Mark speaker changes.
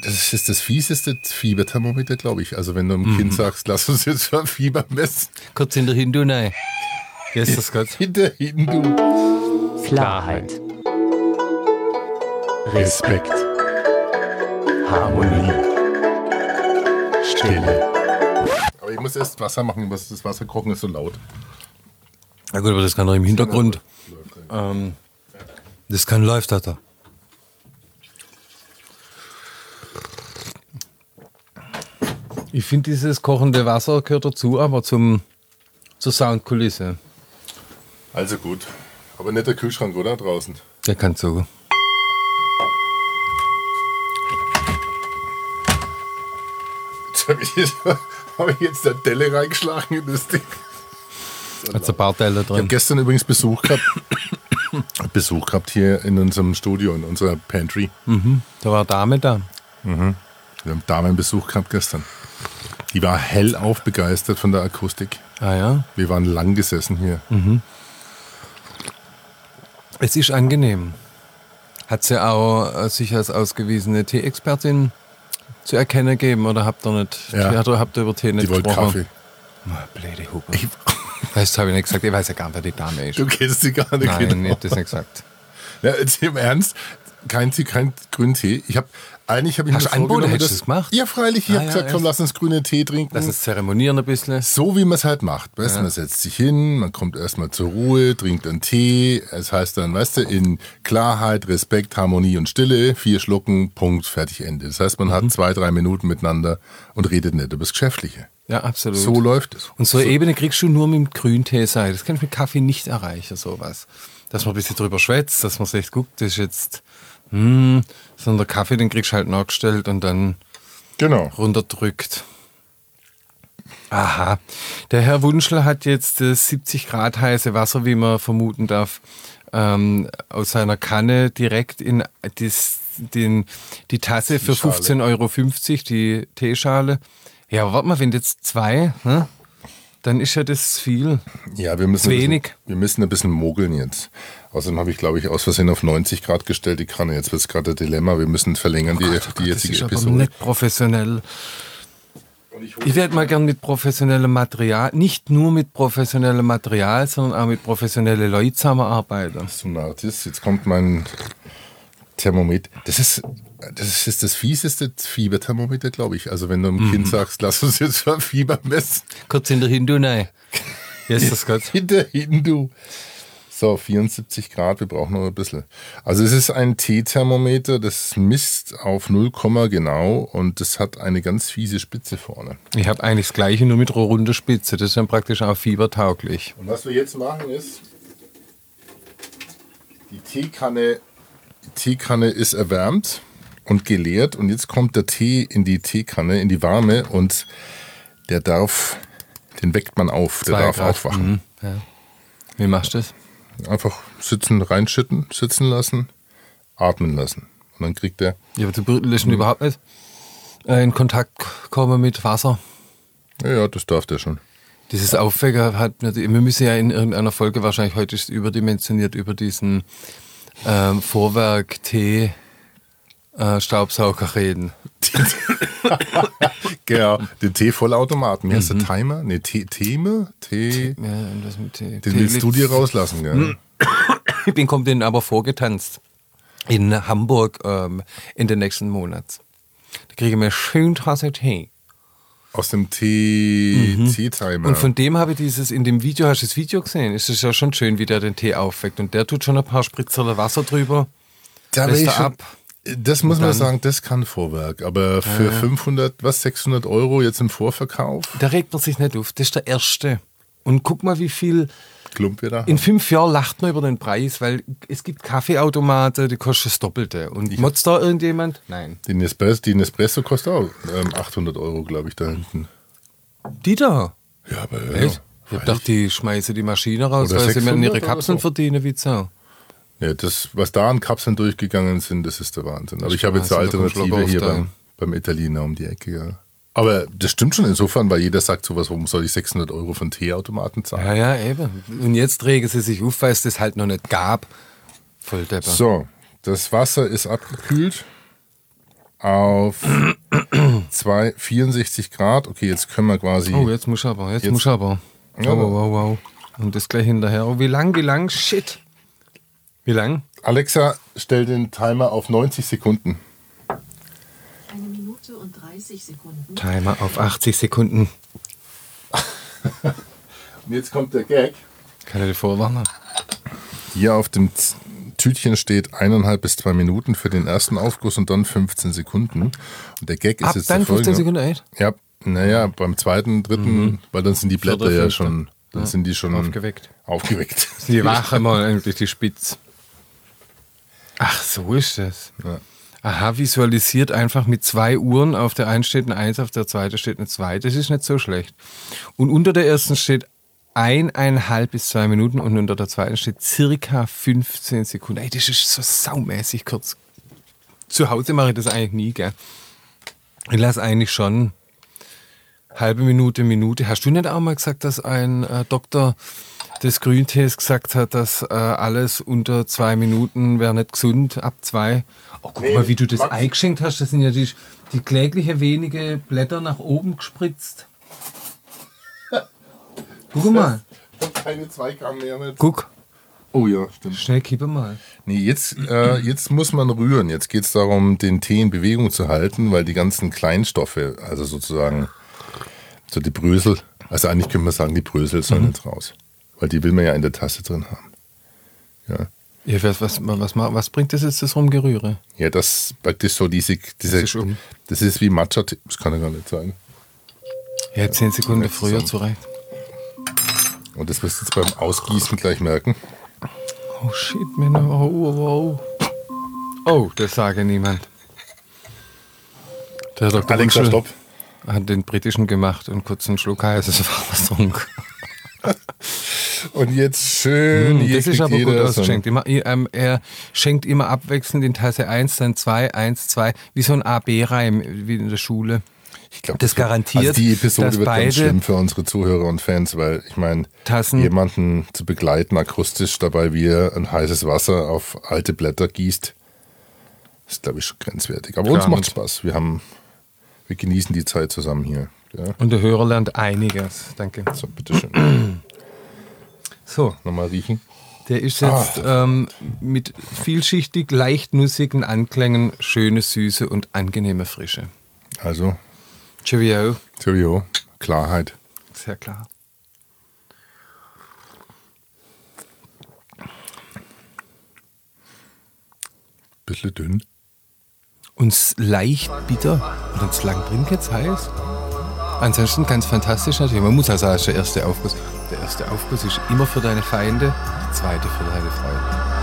Speaker 1: Das ist das fieseste Fieberthermometer, glaube ich. Also wenn du einem Kind sagst, lass uns jetzt mal Fieber messen,
Speaker 2: Kurz hinter Hindu, nein. Wie ist das gerade?
Speaker 1: hinter Hindu.
Speaker 3: Klarheit,
Speaker 1: Respekt,
Speaker 3: Harmonie,
Speaker 1: Stille. Aber ich muss erst Wasser machen, was das Wasser kochen ist so laut.
Speaker 2: Ja gut, aber das kann doch im Hintergrund. Ähm, das kann läuft, hat er. Ich finde, dieses kochende Wasser gehört dazu, aber zum, zur Soundkulisse.
Speaker 1: Also gut. Aber nicht der Kühlschrank, oder? Draußen.
Speaker 2: Der kann so.
Speaker 1: Jetzt habe ich, hab ich jetzt der Delle reingeschlagen in das Ding.
Speaker 2: Hat ein paar Teile
Speaker 1: Ich habe
Speaker 2: drin.
Speaker 1: gestern übrigens Besuch gehabt. Besuch gehabt hier in unserem Studio, in unserer Pantry.
Speaker 2: Mhm. Da war eine Dame da.
Speaker 1: Wir haben Damenbesuch gehabt gestern. Die war hellauf begeistert von der Akustik.
Speaker 2: Ah ja.
Speaker 1: Wir waren lang gesessen hier.
Speaker 2: Hm. Es ist angenehm. Hat sie auch äh, sich als ausgewiesene Tee-Expertin zu erkennen gegeben oder habt ihr nicht?
Speaker 1: Ja.
Speaker 2: Habt ihr- Habt ihr über Tee nicht
Speaker 1: Die wollte
Speaker 2: gesprochen?
Speaker 1: Kaffee.
Speaker 2: Kaffee. Blöde Hupe. Das habe ich nicht gesagt. Ich weiß ja gar nicht, wer die Dame ist.
Speaker 1: Du kennst die gar nicht.
Speaker 2: Nein,
Speaker 1: genau.
Speaker 2: ich habe das nicht gesagt.
Speaker 1: Ja, jetzt im Ernst, kein, Tee, kein grünen Tee. Ich habe eigentlich habe ich
Speaker 2: Hast
Speaker 1: mir
Speaker 2: du Angebot?
Speaker 1: vorgenommen,
Speaker 2: Hättest
Speaker 1: dass-
Speaker 2: du's gemacht?
Speaker 1: Ja, freilich. Ich
Speaker 2: Ah,
Speaker 1: habe
Speaker 2: ja,
Speaker 1: gesagt, komm,
Speaker 2: echt?
Speaker 1: lass uns grünen Tee trinken.
Speaker 2: Lass uns zeremonieren ein bisschen.
Speaker 1: so wie man es halt macht. Weißt, du, Man setzt sich hin, man kommt erstmal zur Ruhe, trinkt einen Tee. Es heißt dann, weißt du, in Klarheit, Respekt, Harmonie und Stille, vier Schlucken, Punkt, fertig, Ende. Das heißt, man
Speaker 2: Mhm.
Speaker 1: hat zwei, drei Minuten miteinander und redet nicht über das Geschäftliche.
Speaker 2: Ja, absolut.
Speaker 1: So läuft es.
Speaker 2: Und so e- eine Ebene kriegst du nur mit dem Grüntee sein. Das kann ich mit Kaffee nicht erreichen, sowas. Dass man ein bisschen drüber schwätzt, dass man sich guckt, das ist jetzt, hm, sondern Kaffee, den kriegst du halt nachgestellt und dann
Speaker 1: Genau.
Speaker 2: runterdrückt. Aha. Der Herr Wunschel hat jetzt das 70 Grad heiße Wasser, wie man vermuten darf, ähm, aus seiner Kanne direkt in das, den, die Tasse für
Speaker 1: Schale.
Speaker 2: 15,50 Euro, die Teeschale. Ja, aber warte mal, wenn jetzt zwei, ne? dann ist ja das viel.
Speaker 1: Ja, wir müssen,
Speaker 2: Zu
Speaker 1: ein bisschen-
Speaker 2: wenig.
Speaker 1: wir müssen ein bisschen mogeln jetzt. Außerdem habe ich, glaube ich, aus Versehen auf 90 Grad gestellt, die Kanne. Jetzt wird es gerade ein Dilemma. Wir müssen
Speaker 2: Oh
Speaker 1: verlängern die, die
Speaker 2: Das ist
Speaker 1: jetzige
Speaker 2: aber
Speaker 1: Episode.
Speaker 2: nicht professionell.
Speaker 1: Und ich
Speaker 2: Ich hätte mal gern mit professionellem Material, nicht nur mit professionellem Material, sondern auch mit professionellen Leuten zusammenarbeiten.
Speaker 1: Bist du ein Artist? Jetzt kommt mein Thermometer. Das ist das, ist das fieseste Fieberthermometer, glaube ich. Also wenn du einem Kind sagst, lass uns jetzt mal Fieber messen,
Speaker 2: Kurz hinter Hindu, nein. Wie ist das Gott?
Speaker 1: hinter Hindu. So, 74 Grad, wir brauchen noch ein bisschen. Also es ist ein T-Thermometer, das misst auf 0, genau und das hat eine ganz fiese Spitze vorne.
Speaker 2: Ich habe eigentlich das gleiche, nur mit runder Spitze. Das ist dann praktisch auch fiebertauglich.
Speaker 1: Und was wir jetzt machen ist, die Teekanne, die Teekanne ist erwärmt und geleert und jetzt kommt der Tee in die Teekanne, in die warme und der darf, den weckt man auf, der
Speaker 2: Zwei
Speaker 1: darf
Speaker 2: Grad. Mhm.
Speaker 1: aufwachen.
Speaker 2: Ja. Wie machst du das?
Speaker 1: Einfach sitzen, reinschütten, sitzen lassen, atmen lassen. Und dann kriegt er,
Speaker 2: Ja, aber du brüttelst ihn überhaupt nicht äh, in Kontakt kommen mit Wasser.
Speaker 1: ja, ja, das darf der schon.
Speaker 2: Dieses Aufwecker hat, mir die- wir müssen ja in irgendeiner Folge wahrscheinlich heute ist es überdimensioniert über diesen ähm, Vorwerk Tee äh, Staubsauger reden.
Speaker 1: Genau, den Tee-Vollautomaten. Wie heißt
Speaker 2: Mhm.
Speaker 1: der Timer? Nee, Tee, Theme? Tee,
Speaker 2: Ja, und das mit Tee.
Speaker 1: den
Speaker 2: Tee
Speaker 1: willst du
Speaker 2: liegt-
Speaker 1: dir rauslassen, gell?
Speaker 2: Hm. Den kommt denen aber vorgetanzt. In Hamburg ähm, in den nächsten Monat. Da kriegen wir schön Tasse Tee.
Speaker 1: Aus dem Tee, Tee-Timer.
Speaker 2: Mhm. Und von dem habe ich dieses, in dem Video, hast du das Video gesehen? Es ist ja schon schön, wie der den Tee aufweckt. Und der tut schon ein paar Spritzer Wasser drüber.
Speaker 1: Da
Speaker 2: Lässt
Speaker 1: bin ich
Speaker 2: er
Speaker 1: schon,
Speaker 2: ab.
Speaker 1: Das muss man
Speaker 2: Dann-
Speaker 1: sagen, das kann Vorwerk. Aber für 500, was, 600 Euro jetzt im Vorverkauf?
Speaker 2: Da regt man sich nicht auf. Das ist der erste. Und guck mal, wie viel.
Speaker 1: Klump wir da.
Speaker 2: In fünf Jahren lacht man über den Preis, weil es gibt Kaffeeautomaten, die kosten das Doppelte. Und motzt da irgendjemand? Nein.
Speaker 1: Die, Nespresso, die Nespresso kostet auch ähm, 800 Euro, glaube ich, da hinten.
Speaker 2: Die da.
Speaker 1: Ja, aber
Speaker 2: Echt? Ich
Speaker 1: ja,
Speaker 2: hab gedacht, die schmeißen die Maschine raus,
Speaker 1: Oder
Speaker 2: weil sie mir
Speaker 1: 600
Speaker 2: ihre
Speaker 1: oder
Speaker 2: Kapseln
Speaker 1: so.
Speaker 2: verdienen, wie so.
Speaker 1: ja, das, was da an Kapseln durchgegangen sind, das ist der Wahnsinn. Aber ich habe jetzt eine
Speaker 2: Wahnsinn, da kommt
Speaker 1: Alternative hier
Speaker 2: Schluck auf da.
Speaker 1: beim, beim Italiener um die Ecke. Ja. Aber das stimmt schon insofern, weil jeder sagt sowas, warum soll ich 600 Euro von Teeautomaten zahlen?
Speaker 2: Ja, ja, eben. Und jetzt regen sie sich auf, weil es das halt noch nicht gab. Voll Depper.
Speaker 1: So, das Wasser ist abgekühlt. auf 2, 64 Grad. Okay, jetzt können wir quasi.
Speaker 2: Oh, jetzt muss ich aber, jetzt,
Speaker 1: Jetzt-
Speaker 2: muss ich aber.
Speaker 1: Ja,
Speaker 2: wow,
Speaker 1: aber-
Speaker 2: wow, wow. Und das gleich hinterher. Oh, wie lang, wie lang? Shit. Wie lang?
Speaker 1: Alexa, stell den Timer auf 90 Sekunden.
Speaker 4: Eine Minute und 30 Sekunden.
Speaker 2: Timer auf 80 Sekunden.
Speaker 1: Und jetzt kommt der Gag.
Speaker 2: Kann ich dir vorwarnen?
Speaker 1: Hier auf dem Z- Tütchen steht eineinhalb bis zwei Minuten für den ersten Aufguss und dann 15 Sekunden. Und der Gag ist
Speaker 2: Ab
Speaker 1: jetzt
Speaker 2: dann
Speaker 1: der
Speaker 2: 15
Speaker 1: folgende.
Speaker 2: Sekunden, Mhm. echt?
Speaker 1: Ja, naja, beim zweiten, dritten, weil dann sind die
Speaker 2: Vierter,
Speaker 1: Blätter ja
Speaker 2: fünfter.
Speaker 1: schon, dann sind die
Speaker 2: Mhm.
Speaker 1: schon
Speaker 2: Aufgeweckt.
Speaker 1: Aufgeweckt.
Speaker 2: Die Wache mal eigentlich die Spitz. Ach, so ist das.
Speaker 1: Ja.
Speaker 2: Aha, visualisiert einfach mit zwei Uhren. Auf der einen steht eine Eins, auf der zweiten steht eine Zwei. Das ist nicht so schlecht. Und unter der ersten steht eineinhalb bis zwei Minuten und unter der zweiten steht circa 15 Sekunden. Ey, das ist so saumäßig kurz. Zu Hause mache ich das eigentlich nie, gell? Ich lasse eigentlich schon halbe Minute, Minute. Hast du nicht auch mal gesagt, dass ein äh, Doktor des Grüntees gesagt hat, dass äh, alles unter zwei Minuten wäre nicht gesund, ab zwei? Oh, guck mal, wie du das
Speaker 1: Max.
Speaker 2: eingeschenkt hast. Das sind ja die, die klägliche wenige Blätter nach oben gespritzt. Guck mal,
Speaker 1: Ich hab keine zwei Gramm mehr mit.
Speaker 2: guck.
Speaker 1: Oh ja, stimmt.
Speaker 2: Schnell kippe mal.
Speaker 1: Nee, jetzt, äh, jetzt muss man rühren. Jetzt geht es darum, den Tee in Bewegung zu halten, weil die ganzen Kleinstoffe, also sozusagen so die Brösel, also eigentlich könnte man sagen, die Brösel sollen
Speaker 2: Mhm.
Speaker 1: jetzt raus. Weil die will man ja in der Tasse drin haben. Ja,
Speaker 2: Ja, was, was, was, ma- was bringt das jetzt, das Rumgerühre?
Speaker 1: ja das praktisch so diese, diese
Speaker 2: ist um.
Speaker 1: das ist wie Matcha-Tee, das kann ich gar nicht sagen.
Speaker 2: Ja, zehn Sekunden
Speaker 1: Ja,
Speaker 2: früher
Speaker 1: zusammen.
Speaker 2: zurecht.
Speaker 1: Und das wirst du jetzt beim Ausgießen gleich merken.
Speaker 2: Oh shit, Männer, oh, oh, oh. Oh, das sage niemand. Der Dr.
Speaker 1: Alexa,
Speaker 2: Wunschel
Speaker 1: stopp.
Speaker 2: hat den britischen gemacht und kurz einen Schluck heißes Wasser trunk.
Speaker 1: Und jetzt schön. hier
Speaker 2: Mhm, Das ist
Speaker 1: kriegt
Speaker 2: aber gut
Speaker 1: jeder so ein-
Speaker 2: ausgeschenkt. Immer, ähm, er schenkt immer abwechselnd in Tasse 1, dann 2, 1, 2, wie so ein AB-Reim wie in der Schule.
Speaker 1: Ich glaub,
Speaker 2: Das
Speaker 1: wird-
Speaker 2: garantiert,
Speaker 1: Also die Episode
Speaker 2: dass
Speaker 1: wird
Speaker 2: beide-
Speaker 1: ganz schlimm für unsere Zuhörer und Fans, weil ich meine,
Speaker 2: Tassen-
Speaker 1: jemanden zu begleiten akustisch, dabei wie er ein heißes Wasser auf alte Blätter gießt, ist glaube ich schon grenzwertig. Aber uns
Speaker 2: Klar,
Speaker 1: macht
Speaker 2: und-
Speaker 1: Spaß. Wir haben, wir genießen die Zeit zusammen hier. Ja,
Speaker 2: Und der Hörer lernt einiges. Danke.
Speaker 1: so bitteschön.
Speaker 2: So,
Speaker 1: Nochmal riechen.
Speaker 2: der ist jetzt ähm, mit vielschichtig, leicht nussigen Anklängen, schöne Süße und angenehme Frische.
Speaker 1: Also
Speaker 2: Cheerio.
Speaker 1: Cheerio, Klarheit.
Speaker 2: Sehr klar.
Speaker 1: Bisschen dünn.
Speaker 2: Uns leicht bitter und uns lang trinkt jetzt heiß. Ansonsten ganz fantastisch natürlich. Man muss also ja sagen, es ist der erste Aufguss. Der erste Aufguss ist immer für deine Feinde, der zweite für deine Freunde.